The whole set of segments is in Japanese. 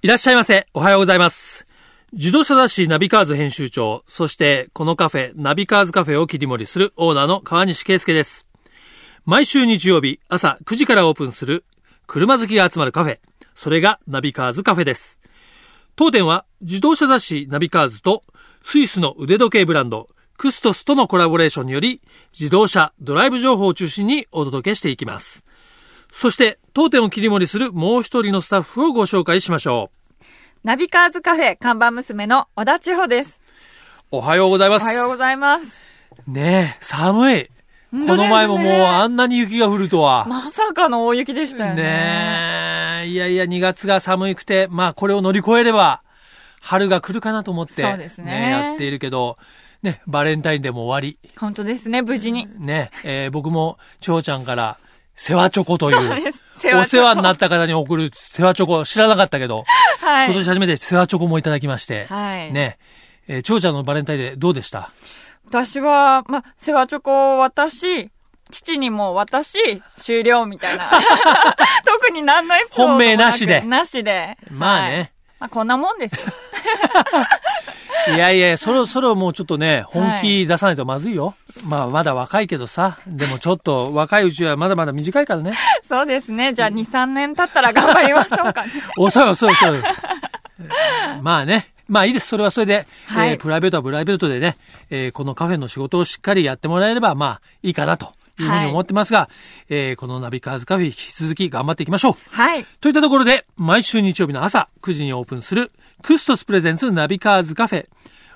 いらっしゃいませ。おはようございます。自動車雑誌ナビカーズ編集長、そしてこのカフェ、ナビカーズカフェを切り盛りするオーナーの川西圭介です。毎週日曜日朝9時からオープンする車好きが集まるカフェ。それがナビカーズカフェです。当店は自動車雑誌ナビカーズとスイスの腕時計ブランドクストスとのコラボレーションにより自動車、ドライブ情報を中心にお届けしていきます。そして当店を切り盛りするもう一人のスタッフをご紹介しましょう。ナビカーズカフェ看板娘の小田千穂です。おはようございおます。はようございます。ねえ、寒い。本当このですね前ももうあんなに雪が降るとは。まさかの大雪でしたよね。ねえ、いやいや、2月が寒くて、まあこれを乗り越えれば、春が来るかなと思って、そうですねやっているけど、ね、バレンタインでも終わ本当ですね、無事に。り、ね、えー僕も、ちほちゃんから、世話チョコといそううです世話おチョ世コ話になった方に送る世話チョコ、知らなかったけど、はい。今年初めて世話チョコもいただきまして、はいね、えー、ちほちゃんのバレンタインでどうでした私は、まあ、世話チョコを渡し、父にも渡し、終了 みたいな。特に何のエピソードも本命なしでなしで。まあねはいまあ、こんなもんですよ。 いやいや、そろそろもうちょっとね、本気出さないとまずいよ。まあ、まだ若いけどさ。でもちょっと、若いうちはまだまだ短いからね。そうですね。じゃあ、2、3年経ったら頑張りましょ うかね。遅い遅い遅 い。まあね。まあいいです。それはそれで、はえいープライベートはプライベートでね、えーこのカフェの仕事をしっかりやってもらえれば、まあいいかなというふうに思ってますが、えーこのナビカーズカフェ引き続き頑張っていきましょう。はい。といったところで、毎週日曜日の朝9時にオープンする、クストスプレゼンツナビカーズカフェ。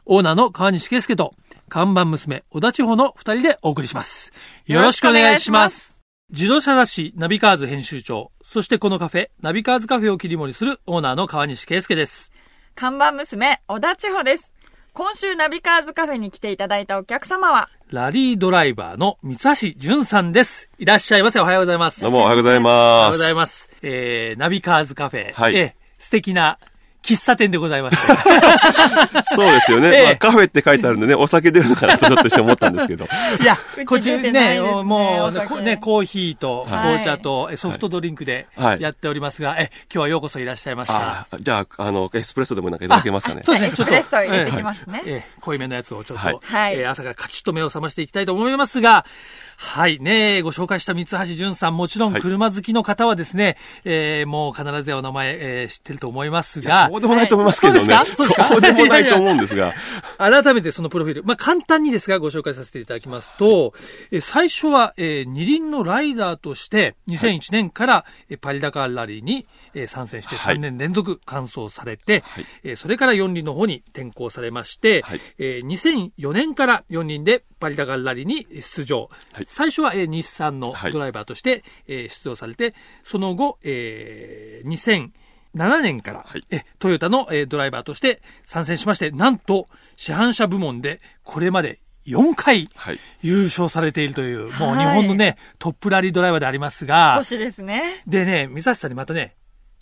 オーナーの川西圭介と、看板娘、小田千穂の二人でお送りします。よろしくお願いします。自動車雑誌ナビカーズ編集長、そしてこのカフェ、ナビカーズカフェを切り盛りするオーナーの川西圭介です。看板娘、小田千穂です。今週、ナビカーズカフェに来ていただいたお客様は、ラリードライバーの三橋淳さんです。いらっしゃいませ。おはようございます。どうもおはようございおはよまうごす。ざいます。えー、ナビカーズカフェ。はいえー素敵な喫茶店でございまして。そうですよね。ええまあ、カフェって書いてあるんでね、お酒出るのかなとちょっと一瞬思ったんですけ ど。い やう、ちこっち出てないね、ですねもおう酒こね、コーヒーとはい紅茶とえソフトドリンクではいやっておりますが、え、今日はようこそいらっしゃいました。ああ、じゃあ、あの、エスプレッソでもなんかいただけますかね。そうですね、エちょっスプと。レッソを入れてきえますね。え濃いめのやつをちょっはいと、はいえー朝からカチッと目を覚ましていきたいと思いますが、はい、ね、ご紹介した三橋淳さん、もちろんはい車好きの方はですね、えーもう必ずやお名前、えー知ってると思いますいやがそう、でもないと思いますけどね。はいそうですかそうでもないと思うんですが。改めてそのプロフィール、まあ、簡単にですがご紹介させていただきますと、えー最初は、えー二輪のライダーとして2001年から、えーパリダカーラリーに、えー参戦してはい3年連続完走されて、はいえーそれから四輪の方に転向されまして、はいえー2004年から四輪でパリダカーラリーに出場。はい最初は、えー日産のはいドライバーとして、えー出場されて、その後、えー2007年から、はいえトヨタの、えードライバーとして参戦しまして、なんと、市販車部門でこれまで4回はい優勝されているという、もうはい日本のね、トップラリードライバーでありますが、星ですね。でね、三橋さんにまたね、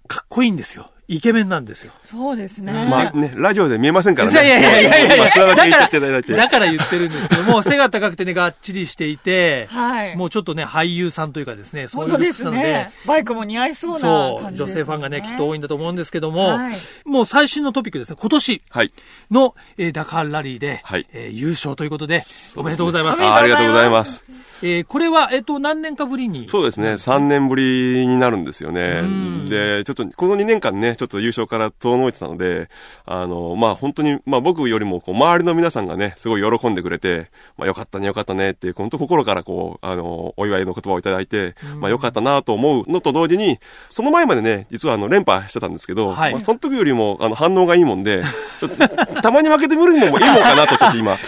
かっこいいんですよ。イケメンなんですよ。そうですね。まあね、ラジオで見えませんからいね。やいやいやいやいやい まあそれや、だけだ言かっていただら、いて。だから言ってるんですけども、背が高くてね、がっちりしてい て、はいもうちょっとね、俳優さんというかですね、そうい本う当ルでックスすなのでね、。バイクも似合いそうなそう、感じ女です、性ファンがね、きっと多い。いんだと思うんですけども、はいもう最新のトピックですね、今年はい。の、えーダカールラリーで、はいえー優勝ということで、おうですねめでとうございます。あありがとうございます。えーこれは、えっ、と、何年かぶりに。そうですね、3年ぶりになるんですよね。で、ちょっと、この2年間ね、ちょっと優勝から遠のいてたので、あの、まあ本当に、まあ僕よりも、こう、周りの皆さんがね、すごい喜んでくれて、まあよかったね、よかったねっていう、本当心からこう、あの、お祝いの言葉をいただいて、まあよかったなと思うのと同時に、その前までね、実はあの、連覇してたんですけど、はいまあその時よりも、あの、反応がいいもんで、ちょっとたまに負けてみるのもいいもんかなと、ちょっ と今。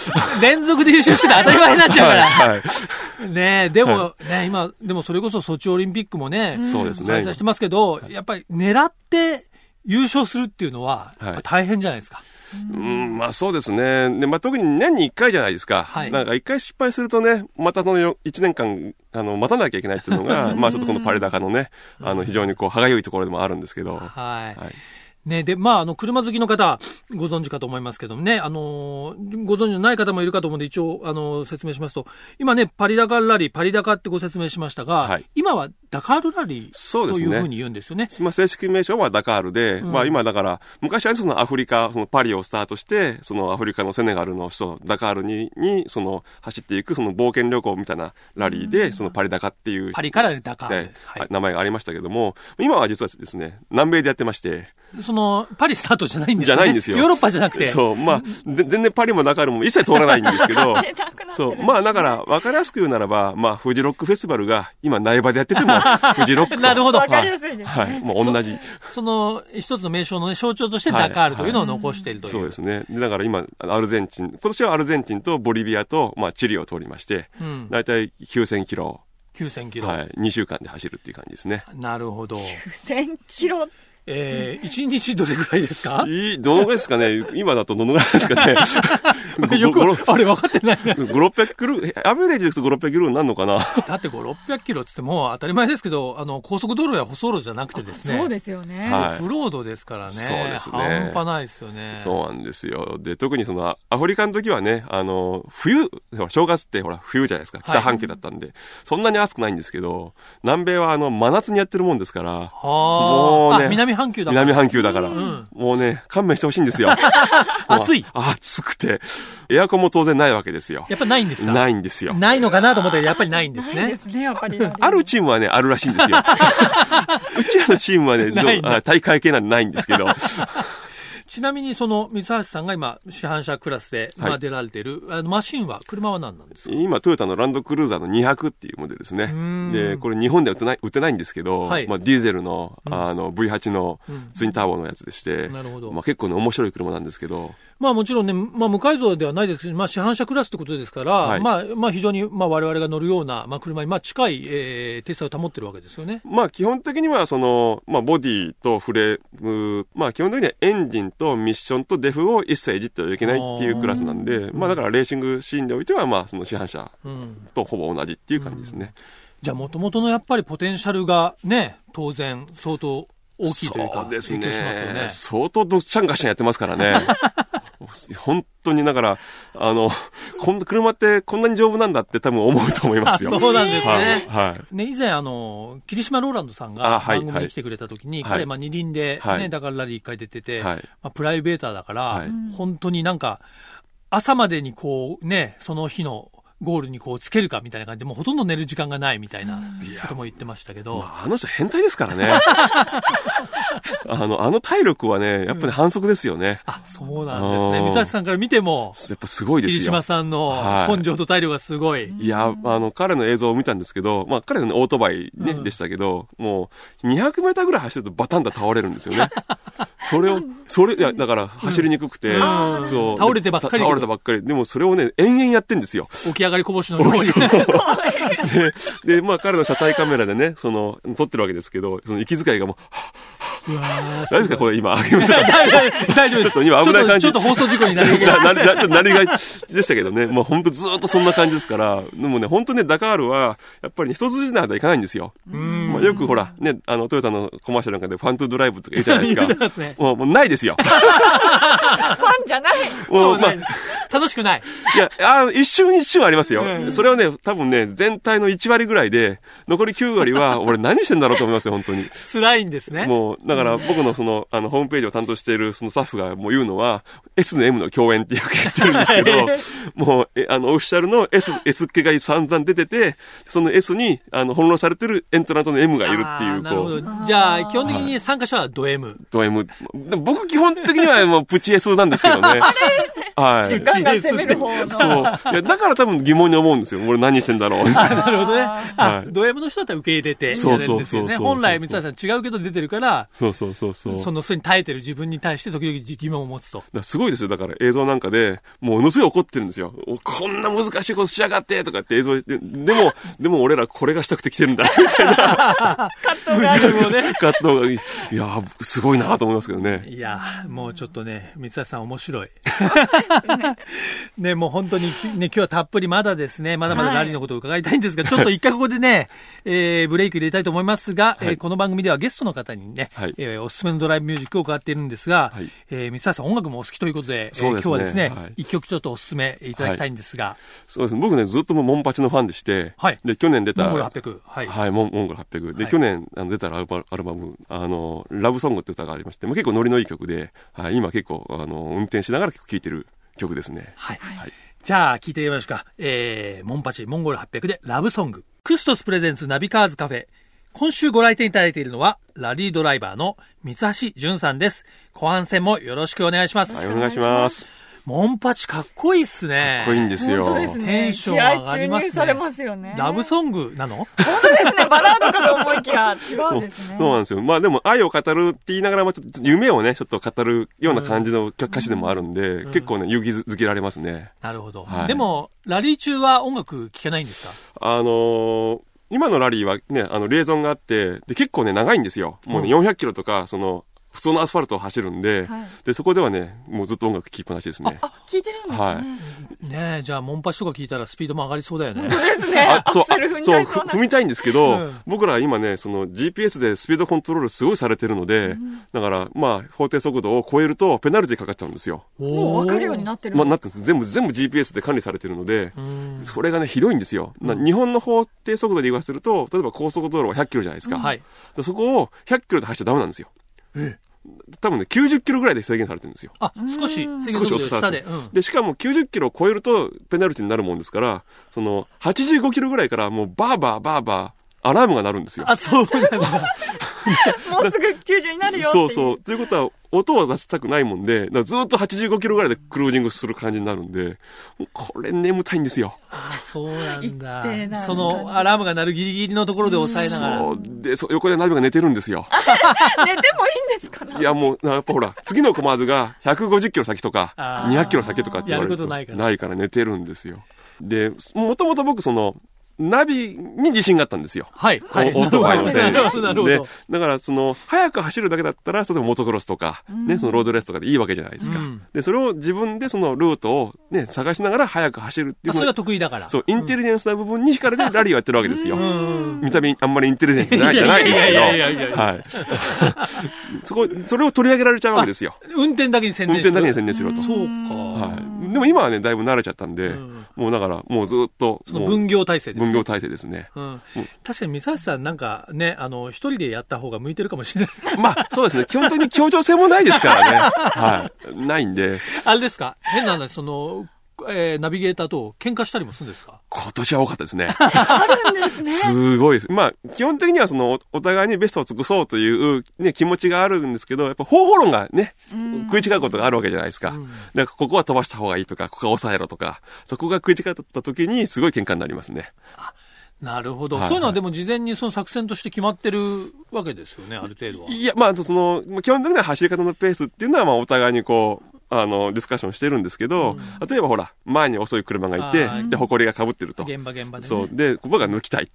連続で優勝してたら当たり前になっちゃうから。はい。はいねえ、でも、ね、今、でもそれこそソチオリンピックもね、そうですね開催してますけど、やっぱり狙って優勝するっていうのは、はいやっぱ大変じゃないですか。うん、まあそうですね。で、まあ特に年に1回じゃないですか。はいなんか1回失敗するとね、またそのよ1年間、あの、待たなきゃいけな いっていうのが、まあちょっとこのパレ高のね、あの、非常にこう、歯がゆいところでもあるんですけど。はい。はいね、で、まあ、あの、車好きの方、ご存知かと思いますけどもね、あのーご存知のない方もいるかと思うんで、一応、あのー説明しますと、今ね、パリダカラリー、パリダカってご説明しましたが、はい今はダカールラリーそうでとすいねうふうに言うんですよね。まあ、正式名称はダカールで、まあ今だから、昔はねそのアフリカ、そのパリをスタートして、そのアフリカのセネガルの首都ダカールに、にその走っていくその冒険旅行みたいなラリーで、そのパリダカっていう、パリからダカール。ねは名前がありましたけども、今は実はですね、南米でやってまして、い。その、パリスタートじゃないんですよね。じゃないんですよヨーロッパじゃなくて。そう、まあ、で全然パリもダカールも一切通らないんですけど、出なくなってそるう、まあだから、わかりやすく言うならば、まあ、フジロックフェスティバルが、今、苗場でやってても、フジロックと。なるほどわかりやすいですねはい、もう同じ。その、一つの名称のね、象徴としてはいダカールというのを残しているという。そうですね。でだから今、アルゼンチン、今年はアルゼンチンとボリビアと、まあ、チリを通りまして、うんだいたい9000キロ、 9000キロ。はい、2週間で走るっていう感じですね。なるほど。 1000キロ。えー、1日どれぐらいですかいい、どのぐらいですかね今だとどのぐらいですかねよく、 ごごあれ分かってないね。 5、600キロ、えアベレージですと5、600キロになるのかなだって5、600キロってってもう当たり前ですけど、あの、高速道路や舗装路じゃなくてですね。そうですよね。はいオフロードですからね。そうですね半端ないですよね。そうなんですよ。で、特にその、アフリカの時はね、あの、冬、ほら正月ってほら、冬じゃないですか。北半球だったんで、そんなに暑くないんですけど、南米はあの、真夏にやってるもんですから、はあ、もうねあ南半球だ南半球だから、んもうね、勘弁してほしいんですよ。 暑いもう暑くて、エアコンも当然ないわけですよや。っぱないんですか。ないいんですよ。ないのかなと思ったらやっぱりないんですないねで。すね、やっぱり。ああるチームはね、あるらしいんで すよ。うちらのチームはね、どないうんだあ大会系なんてないんですけど、ちなみにその、三橋さんが今、市販車クラスで、まはあ、い出られている、あのマシンは、車は何なんですか今、トヨタのランドクルーザーの200っていうモデルですねん。で、これ日本では売ってない、売ってないんですけど、はいまあディーゼルの、あの、V8 のんツインターボのやつでして、なるほどまあ結構ね、面白い車なんですけど、まあもちろんね、まあ無改造ではないですけど、まあ市販車クラスってことですから、はいまあ、まあ非常に、まあ我々が乗るような、まあ車に、まあ近い、えー、手差を保ってるわけですよね。まあ基本的にはその、まあボディとフレーム、まあ基本的にはエンジンとミッションとデフを一切いじってはいけないっていうクラスなんで、まあだからレーシングシーンにおいてはまあその市販車うん。とほぼ同じっていう感じですね。じゃあ元々のやっぱりポテンシャルがね、当然相当大きいというか、そうです影響しますよねね。。相当どっちゃんがしゃんやってま すからね。本当にだから、あの、こんな車ってこんなに丈夫なんだって多分思うと思いますよ。 あそうなんですねはい。はいね、以前、あの、霧島ローランドさんあがはい番組に来てくれた時に、はい彼、まあ、二輪で、ね、はいだからラリー一回出てて、はいまあ、プライベーターだから、はい本当になんか、朝までにこう、ね、その日のゴールにこう、つけるかみたいな感じで、もうほとんど寝る時間がないみたいなことも言ってましたけど、まあ、あの人変態ですか らね。あの、あの体力はね、やっぱり反則ですよね。あ、そうなんですね。うん三橋さんから見ても、やっぱすごいです霧よ。島さんのはい根性と体力がすごい。いや、あの、彼の映像を見たんですけど、まあ、彼のねオートバイ、ねうんでしたけど、もう、200メーターぐらい走るとバタンと倒れるんですよね。それを、それ、いや、だから、走りにくくて、うんそう。倒れてばっかりた倒れてばっかり。でも、それをね、延々やってんですよ。起き上がりこぼしのように。 で、で、まあ、彼の車載カメラでね、その、撮ってるわけですけど、その息遣いがもう、うわ ーす大丈夫ですかこれ今、あげました。大丈夫大丈夫です。ちょっと今危ない感じちょっとちょっと放送事故にな るぐらいなななちょっとなりがちでしたけどね、まあ、本当ずーっとそんな感じですから、でもね、本当ね、ダカールは、やっぱり、ね、一筋縄ではいかないんですよ。まあ、よくほら、ね、あの、トヨタのコマーシャルなんかで、ファントゥドライブとか言うじゃ ないで言うてすまか。すねもう、もうないですよ。ファンじゃない。も、そうまあ、ういね楽しくない。や、あー一瞬一瞬ありますよ。うんそれはね、多分ね、全体の1割ぐらいで、残り9割は、俺何してんだろうと思いますよ、本当に。辛いんですね。もう、だから僕のその、あの、ホームページを担当しているそのスタッフがもう言うのは、S の M の共演ってよく言ってるんですけど、もう、えあの、オフィシャルの S、S 系が散々出てて、その S に、あの、翻弄されてるエントラントの M がいるってあいーう、なるこほどう、。じゃあ、基本的に参加者はド M。ド M。でも僕基本的にはもうプチ S なんですけど ね。はい。ガンガン攻める方の。そう。いや、だから多分疑問に思うんですよ。俺何してんだろう。みたいななるほどね。あは、いド M の人だったら受け入れてそやうれるんそうですよね。そうそう本来、三橋さん違うけど出てるから、そうそうそうそう。そのそれに耐えてる自分に対して時々疑問を持つと。だからすごいですよ。だから映像なんかで、もうものすごい怒ってるんですよ。おこんな難しいことしやがってとかって映像で、で も、でも俺らこれがしたくて来てるんだ、みたい矛な盾をね。葛藤が、 いやー、すごいなと思いますけどね。 いやー、もうちょっとね、三橋さん面白い。ね、もう本当に、ね、今日はたっぷりまだですね、まだまだラリーのことを伺いたいん ですが、ちょっと一回ここでね、えー、ブレイク入れたいと思いますが、えはーいこの番組ではゲストの方にね、はいえーおすすめのドライブミュージックを伺っているんですが、はいえー、三橋さん音楽もお好きということで、えーそう今ですね日はですね、はい一曲ちょっとおすすめいただきたいんですが、そうですね。僕ね、ずっともうモンパチのファンでして、はいで、去年出た、モンゴル800。はい。はい、モンモンゴル800。で、はい去年あの出たアルバアルバム、あの、ラブソングって歌がありまして、もう結構ノリのいい曲で、はい、今結構、あの、運転しながら結構聴いてる曲ですね。はい。はい。じゃあ、聞いてみましょうか。えー、モンパチ、モンゴル800でラブソング。クストスプレゼンツナビカーズカフェ。今週ご来店いただいているのは、ラリードライバーの三橋淳さんです。後半戦もよろしくお願いします。はい、お願いします。モンパチかっこいいっすね。かっこいいんですよ。本当ですね。テンション上がりますね気合注入されますよね。ラブソングなの本当ですね。バラードかと思いきや、違うそんうですね。そうなんですよ。まあでも、愛を語るって言いながら、まあちょっと夢をね、ちょっと語るような感じの歌詞でもあるんで、結構ね、勇気づけられますね。なるほど、はいでも、ラリー中は音楽聴けないんですかあのー今のラリーはね、あの、レーゾンがあって、で、結構ね、長いんですよ。もうね、400キロとか、その、普通のアスファルトを走るんで、はいで、そこではね、もうずっと音楽聴きっぱなしですね。あ、聞いてるんですね。はいねえ、じゃあ、モンパチとか聴いたらスピードも上がりそうだよね。ですね。アクセル踏んじゃそう、いそうふな。踏みたいんですけど、うん僕ら今ね、その GPS でスピードコントロールすごいされてるので、だから、まあ、法定速度を超えると、ペナルティかかっちゃうんですよ。 もうおー分かるようになってる。まあ、なってるんです全部、全部 GPS で管理されてるので、うんそれがね、ひどいんですよ。な日本の法定速度で言わせると、例えば高速道路が100キロじゃないですか。はい。でそこを100キロで走っちゃダメなんですよ。多分ね、90キロぐらいで制限されてるんですよ。あ、少し、制限少し速落度とさ下れで。てうんで、しかも90キロを超えるとペナルティになるもんですから、その、85キロぐらいからもうバーバーバーバー、アラームが鳴るんですよ。あ、そうなんだ。もうすぐ90になるよってい。そううそう。ということは、音は出したくないもんで、だからずっと85キロぐらいでクルージングする感じになるんで、もうこれ眠たいんですよ。あそうなん一定なだ。その、アラームが鳴るギリギリのところで抑えながら。そう。で、そう横で鍋が寝てるんですよ。寝てもいいんですかねいやもう、やっぱほら、次のコマーズが150キロ先とか、あー200キロ先とかって言われるやることないからないから寝てるんですよ。で、もともと僕その、ナビに自信があったんですよ。はい。はい。オートバイのせいなるほど、なるほでど。、だからその、早く走るだけだったら、例えばモトクロスとか、ね、そのロードレースとかでいいわけじゃないですかうん。で、それを自分でそのルートをね、探しながら早く走るっていあうそれのが得意だから。そう、インテリジェンスな部分に惹かれてラリーをやってるわけですよ。うん。見た目あんまりインテリジェンスじゃないいじやゃいやないいですやいけやいやいど、やいやはい。 そこ、それを取り上げられちゃうわけですよ。運転だけに専運念して転るだけに専念しろと。そうか。はい。でも今はね、だいぶ慣れちゃったんで、うんもうだから、もうずっと、そのもう分業体制ですね。分業体制ですね。うん、確かに三橋さんなんかね、あの、一人でやった方が向いてるかもしれない。 まあ、そうですね。基本的に協調性もないですからね。はい。ないんで、 あれですか変な話、その、えーナビゲーターと喧嘩したりもするんですか今年は多かった ですね。すごいです。まあ、基本的にはその、おお互いにベストを尽くそうという、ね、気持ちがあるんですけど、やっぱ方法論がね、食い違うことがあるわけじゃないですか。なんか、ここは飛ばした方がいいとか、ここは抑えろとか、そこが食い違った時に、すごい喧嘩になりますね。なるほど、はいはいそういうのはでも事前にその作戦として決まってるわけですよね、ある程度は。いや、まあ、あとその、まあ基本的には走り方のペースっていうのは、まあ、お互いにこう、あの、ディスカッションしてるんですけど、例えばほら、前に遅い車がいてあー、で、埃が被ってると。現場現場で、ね。そう。で、僕が抜きたい。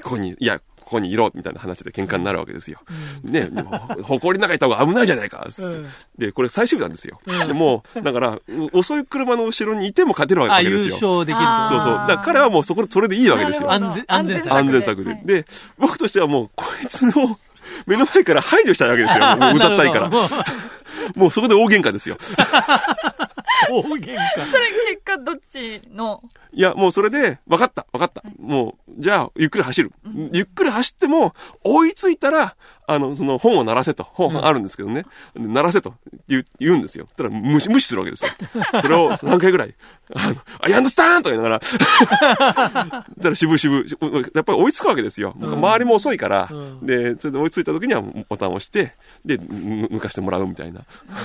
ここに、いや、ここにいろ、みたいな話で喧嘩になるわけですよ。ね、でもほ埃の中にいた方が危ないじゃないか、つってうんで、これ最終日なんですよ。でもう、だから、う遅い車の後ろにいても勝てるわあ、けで優すよ。そ勝うできるとあーそう。だから彼はもうそこで、それでいいわけですよ。なる安全安全策安全策で。で、僕としてはもう、こいつを目の前から排除したいわけですよ。もううざったいか なら。るほ どもうそこで大喧嘩ですよ。もう大喧嘩。それ結果どっちの、いや、もうそれで、分かった、分かった。もう、じゃあ、ゆっくり走る。ゆっくり走っても、追いついたら、あの、その、本を鳴らせと。本あるんですけどね。で鳴らせと言う言うんですよ。ただ、無視、無視するわけ ですよ。それを何回ぐらい、あの、あ、やんどスターンとか言いなが ら、たら、渋々、しやっぱり追いつくわけですよ。周りも遅いから、うんで、それで追いついた時にはボタンを押して、で、ぬ抜かしてもらうみたいな。なるほど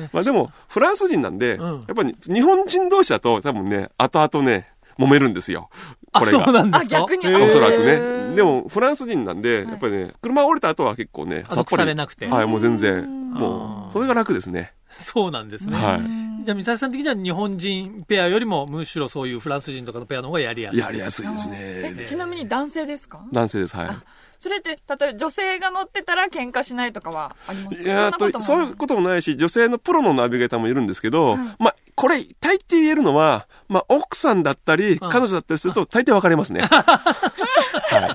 ね。まあでも、フランス人なんで、んやっぱり日本人同士だと多分ね、後々ね、揉めるんですよ。あ、これそが。うなんですかあ逆にへーおそらくへね。ーでも、フランス人なんで、やっぱりね、車降りた後は結構ね、あさっぱ腐り。れなくてはい、もう全然、もう、それが楽ですね。そうなんですね。はじゃあ、三橋さん的には日本人ペアよりも、むしろそういうフランス人とかのペアの方がやりやすい。い。やりやすいですね。え、ちなみに男性ですか男性です、はい。それって、例えば女性が乗ってたら喧嘩しないとかはありますかいやーそんなことともそういうこともないし、女性のプロのナビゲーターもいるんですけど、まあ、これ、大抵言えるのは、まあ、奥さんだったうり、ん彼女だったりすると、大抵分かれますね。はそうな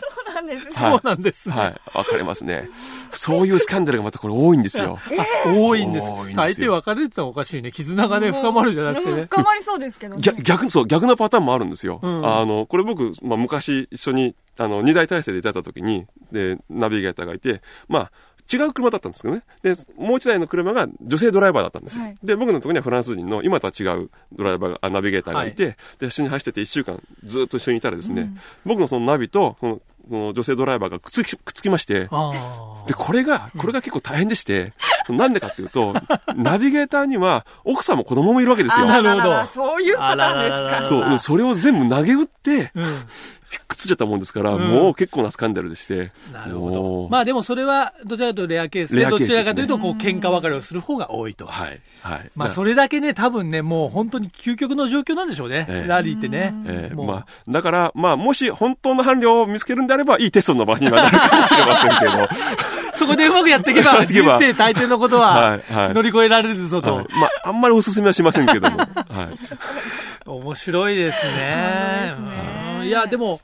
んですね。はいそうなんですい。ね。はい。分かれますね。そういうスキャンダルがまたこれ多いんですよ。多いんです。多いんですよ大抵別れてたらおかしいね。絆がね、深まるじゃなくてうんね。深まりそうですけどね。逆、逆、そう、逆のパターンもあるんですよ。うんあの、これ僕、まあ、昔一緒に、あの、二大体制でいただいた時に、で、ナビゲーターがいて、まあ、違う車だったんですけどね。で、もう一台の車が女性ドライバーだったんですよ。はいで、僕のところにはフランス人の今とは違うドライバーが、あナビゲーターがいて、で、一緒に走ってて一週間ずっと一緒にいたらですね、僕のそのナビと、その、その女性ドライバーがくっつき、くっつきまして、あで、これが、これが結構大変でして、そのなんでかっていうと、 ナビゲーターには奥さんも子供もいるわけですあよ。ならるほどららそういうパターンですあらら。かららそう、それを全部投げ打って、あ。うん。くっついちゃったもんですから、うんもう結構なスキャンダルでして。なるほども。うまあでもそれは、どちらかというとレアケースで、レアケどースでちすねらかというと、こう、喧嘩別れをする方が多いと。はい。はい。まあそれ、れだけね、多分ね、もう本当に究極の状況なんでしょうね。ええラリーってね。ええもうまあ、だから、まあ、もし本当の伴侶を見つけるんであれば、いいテストの場にはなるかもしれませ んけど。そこでうまくやっていけば、やってい人けば生大抵のことははいはい乗り越えられるぞとは。いまあ、あんまりお勧めはしませんけども。はい。面白いですね。面白いですねうんいや、でも、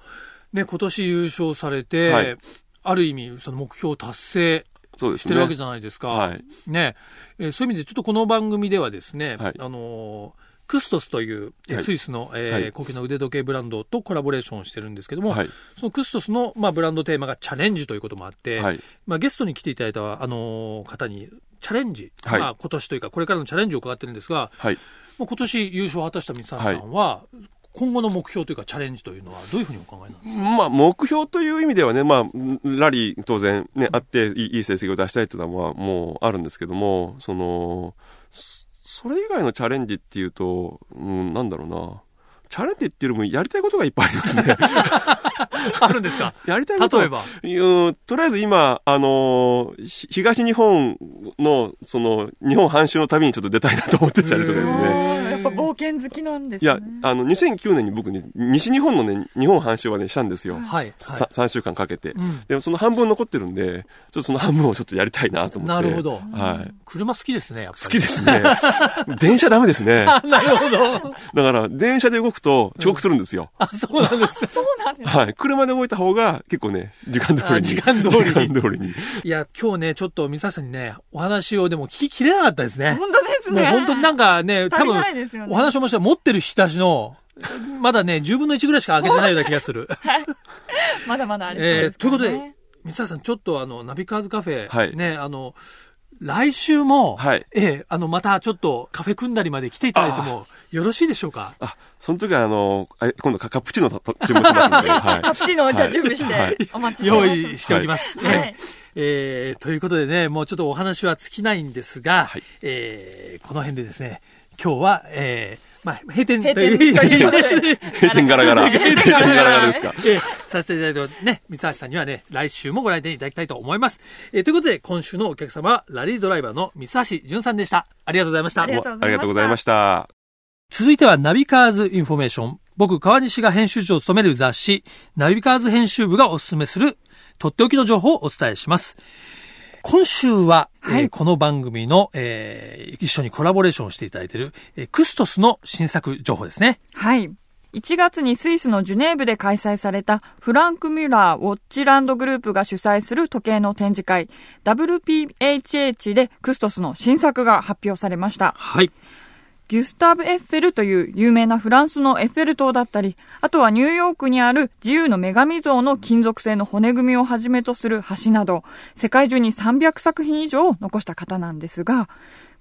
ね、今年優勝されて、はいある意味、その目標を達成そうですしね。てるわけじゃないですか。はいね、えーそういう意味で、ちょっとこの番組ではですね、はいあのークストスというえーはいスイスの、えーはい高級な腕時計ブランドとコラボレーションをしてるんですけども、はいそのクストスの、まあ、ブランドテーマがチャレンジということもあって、はいまあ、ゲストに来ていただいた、あのー方にチャレンジ、はいまあ、今年というかこれからのチャレンジを伺ってるんですが、はい。もう今年優勝を果たした三沢さんは、今後の目標というかチャレンジというのはどういうふうにお考えなんですかまあ、目標という意味ではね、まあ、ラリー当然ね、あって、いいいい成績を出したいというのは、もうあるんですけども、その、そそれ以外のチャレンジっていうと、うん、なんだろうな。チャレンジっていうよりも、やりたいことがいっぱいありま すね。あるんですかやりたいこと例えばうんとりあえず今、あのーひ東日本の、その、日本半周の旅にちょっと出たいなと思ってたりとかへですーね。あーやっぱ冒険好きなんですいね。や、あの、2009年に僕ね、西日本のね、日本半周はね、したんですよ。はい、さは3週間かけて、うんでもその半分残ってるんでちょっとその半分をちょっとやりたいなとい、思ってなるほど、はい車好きですねやっぱり好きですね電車ダメですね だなるほどから電車で動くと遅刻するんですよ、あそうなんですそうなんです。はい車で動いた方が結構ね時間通りあに時間通りに時間通りにいや今日ねちょっと三沢さんにねお話をでも聞ききれなかったですね本当ですもうね。本当になんかね、多足り分ないですよ、ねお話をもしたら持ってる人たちの、まだね、10分の1ぐらいしか開けてないような気がする。まだまだありそうえでーすとかいうこらとね、で、三沢さん、ちょっとあの、ナビカーズカフェ、はいね、あの、来週も、はいええあの、またちょっとカフェ組んだりまで来ていただいてもよろしいでしょうかあその時はあのあ今度カカプチーノとと注文しま すので、カはッピーのお茶準備しはいてお待ちしてま用す。意しておきます。はいええはいえーということでね、もうちょっとお話は尽きないんですが、はいえーこの辺でですね、今日は、えーまあ、閉店と閉い店うということで。い、閉店ガラガラ閉店ガラガラですかえーさせていただいておりますね、三橋さんにはね、来週もご来店いただきたいと思います。えーということで、今週のお客様は、ラリードライバーの三橋淳さんでした。ありがとうございましたあり。がとうございましたありがとうございました続いては、ナビカーズインフォメーション。僕、川西が編集長を務める雑誌、ナビカーズ編集部がお勧めする、とっておきの情報をお伝えします。今週は、えーこの番組の、えー一緒にコラボレーションをしていただいている、えークストスの新作情報ですね。はい。1月にスイスのジュネーブで開催されたフランク・ミュラー・ウォッチランドグループが主催する時計の展示会 WPHH でクストスの新作が発表されました。はい。ギュスターブ・エッフェルという有名なフランスのエッフェル塔だったり、あとはニューヨークにある自由の女神像の金属製の骨組みをはじめとする橋など、世界中に300作品以上を残した方なんですが、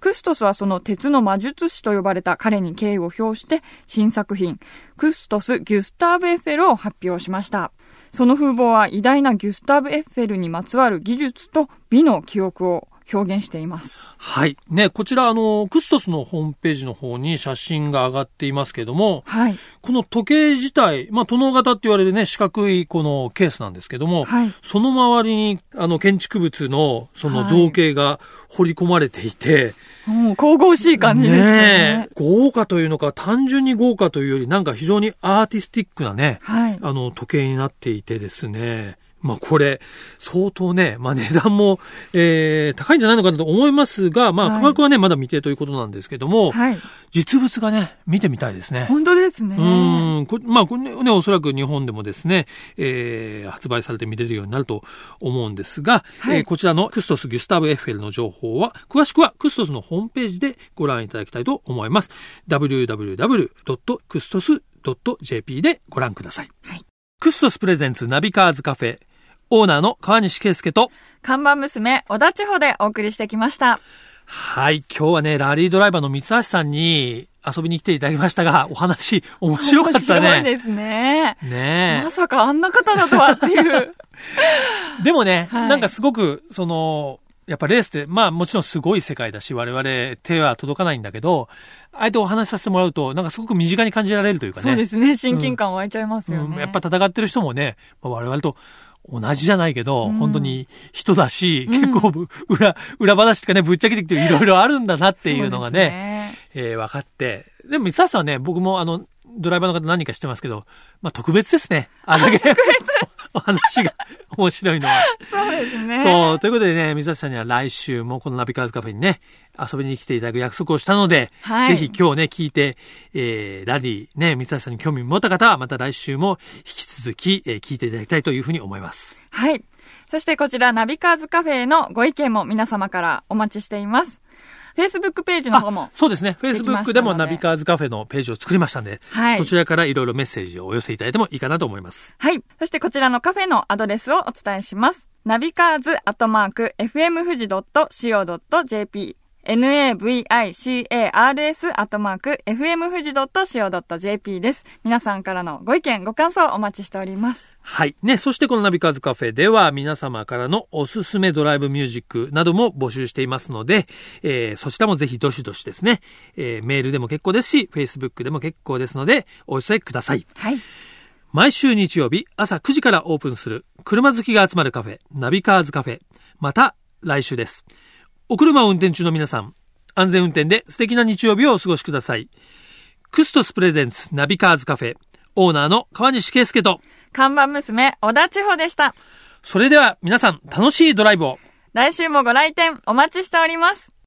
クストスはその鉄の魔術師と呼ばれた彼に敬意を表して、新作品、クストス・ギュスターブ・エッフェルを発表しました。その風貌は偉大なギュスターブ・エッフェルにまつわる技術と美の記憶を表現しています。はい。ね、こちら、あの、クストスのホームページの方に写真が上がっていますけども、はい。この時計自体、まあ、殿型って言われるね、四角いこのケースなんですけども、はいその周りに、あの、建築物の、そのはい造形が彫り込まれていて、もう神々しい感じですよねねえ豪華というのか、単純に豪華というより、なんか非常にアーティスティックなね、はい。あの、時計になっていてですね、まあこれ、相当ね、まあ値段も、えー、高いんじゃないのかなと思いますが、まあは価い格はね、まだ未定ということなんですけども、はい。実物がね、見てみたいですね。本当ですね。うん、こまあ、これね、ねおそらく日本でもですね、えー発売されて見れるようになると思うんですが、はいえーこちらのクストス・ギュスタブ・エッフェルの情報は、詳しくはクストスのホームページでご覧いただきたいと思います。www.kustos.jp でご覧ください。はいクストスプレゼンツナビカーズカフェ、オーナーの川西圭介と、看板娘、小田千穂でお送りしてきました。はい、今日はね、ラリードライバーの三橋さんに遊びに来ていただきましたが、お話、面白かった面白いね。ですね。ねえまさかあんな方だとはっていう。 でもね、はいなんかすごく、その、やっぱレースって、まあもちろんすごい世界だし、我々手は届かないんだけど、あえてお話しさせてもらうと、なんかすごく身近に感じられるというかね。そうですね。親近感湧いちゃいますようんね。やっぱ戦ってる人もね、まあ我々と同じじゃないけど、うん本当に人だし、結構ぶ、裏、裏話とかね、ぶっちゃけてきていろいろあるんだなっていうのがそうですね、えー分かって。でも、三橋さんはね、僕もあの、ドライバーの方何人か知ってますけど、まあ特別ですね。あれだけ お話が面白いのは。そうですね。そう、ということでね、水橋さんには来週もこのナビカーズカフェにね、遊びに来ていただく約束をしたので、はいぜひ今日ね、聞いて、えー、ラリーね、水橋さんに興味持った方は、また来週も引き続き、えー聞いていただきたいというふうに思います。はい。そしてこちら、ナビカーズカフェへのご意見も皆様からお待ちしています。Facebook ページの方もあ、そうですね、できましたの Facebook ででもナビカーズカフェのページを作りましたんで、はいそちらからいろいろメッセージをお寄せいただいてもいいかなと思います。はい。そしてこちらのカフェのアドレスをお伝えします。ナビカーズアットマーク fmfuji.co.jp navicars アットマーク fmfuji.co.jp です。皆さんからのご意見、ご感想お待ちしております。はい。ね、そしてこのナビカーズカフェでは皆様からのおすすめドライブミュージックなども募集していますので、えー、そちらもぜひどしどしですね、えー、メールでも結構ですし、Facebook でも結構ですので、お寄せください。はい。毎週日曜日朝9時からオープンする車好きが集まるカフェ、ナビカーズカフェ。また来週です。お車を運転中の皆さん、安全運転で素敵な日曜日をお過ごしください。クストスプレゼンツナビカーズカフェ、オーナーの川西圭介と、看板娘、小田千穂でした。それでは皆さん楽しいドライブを来週もご来店お待ちしております。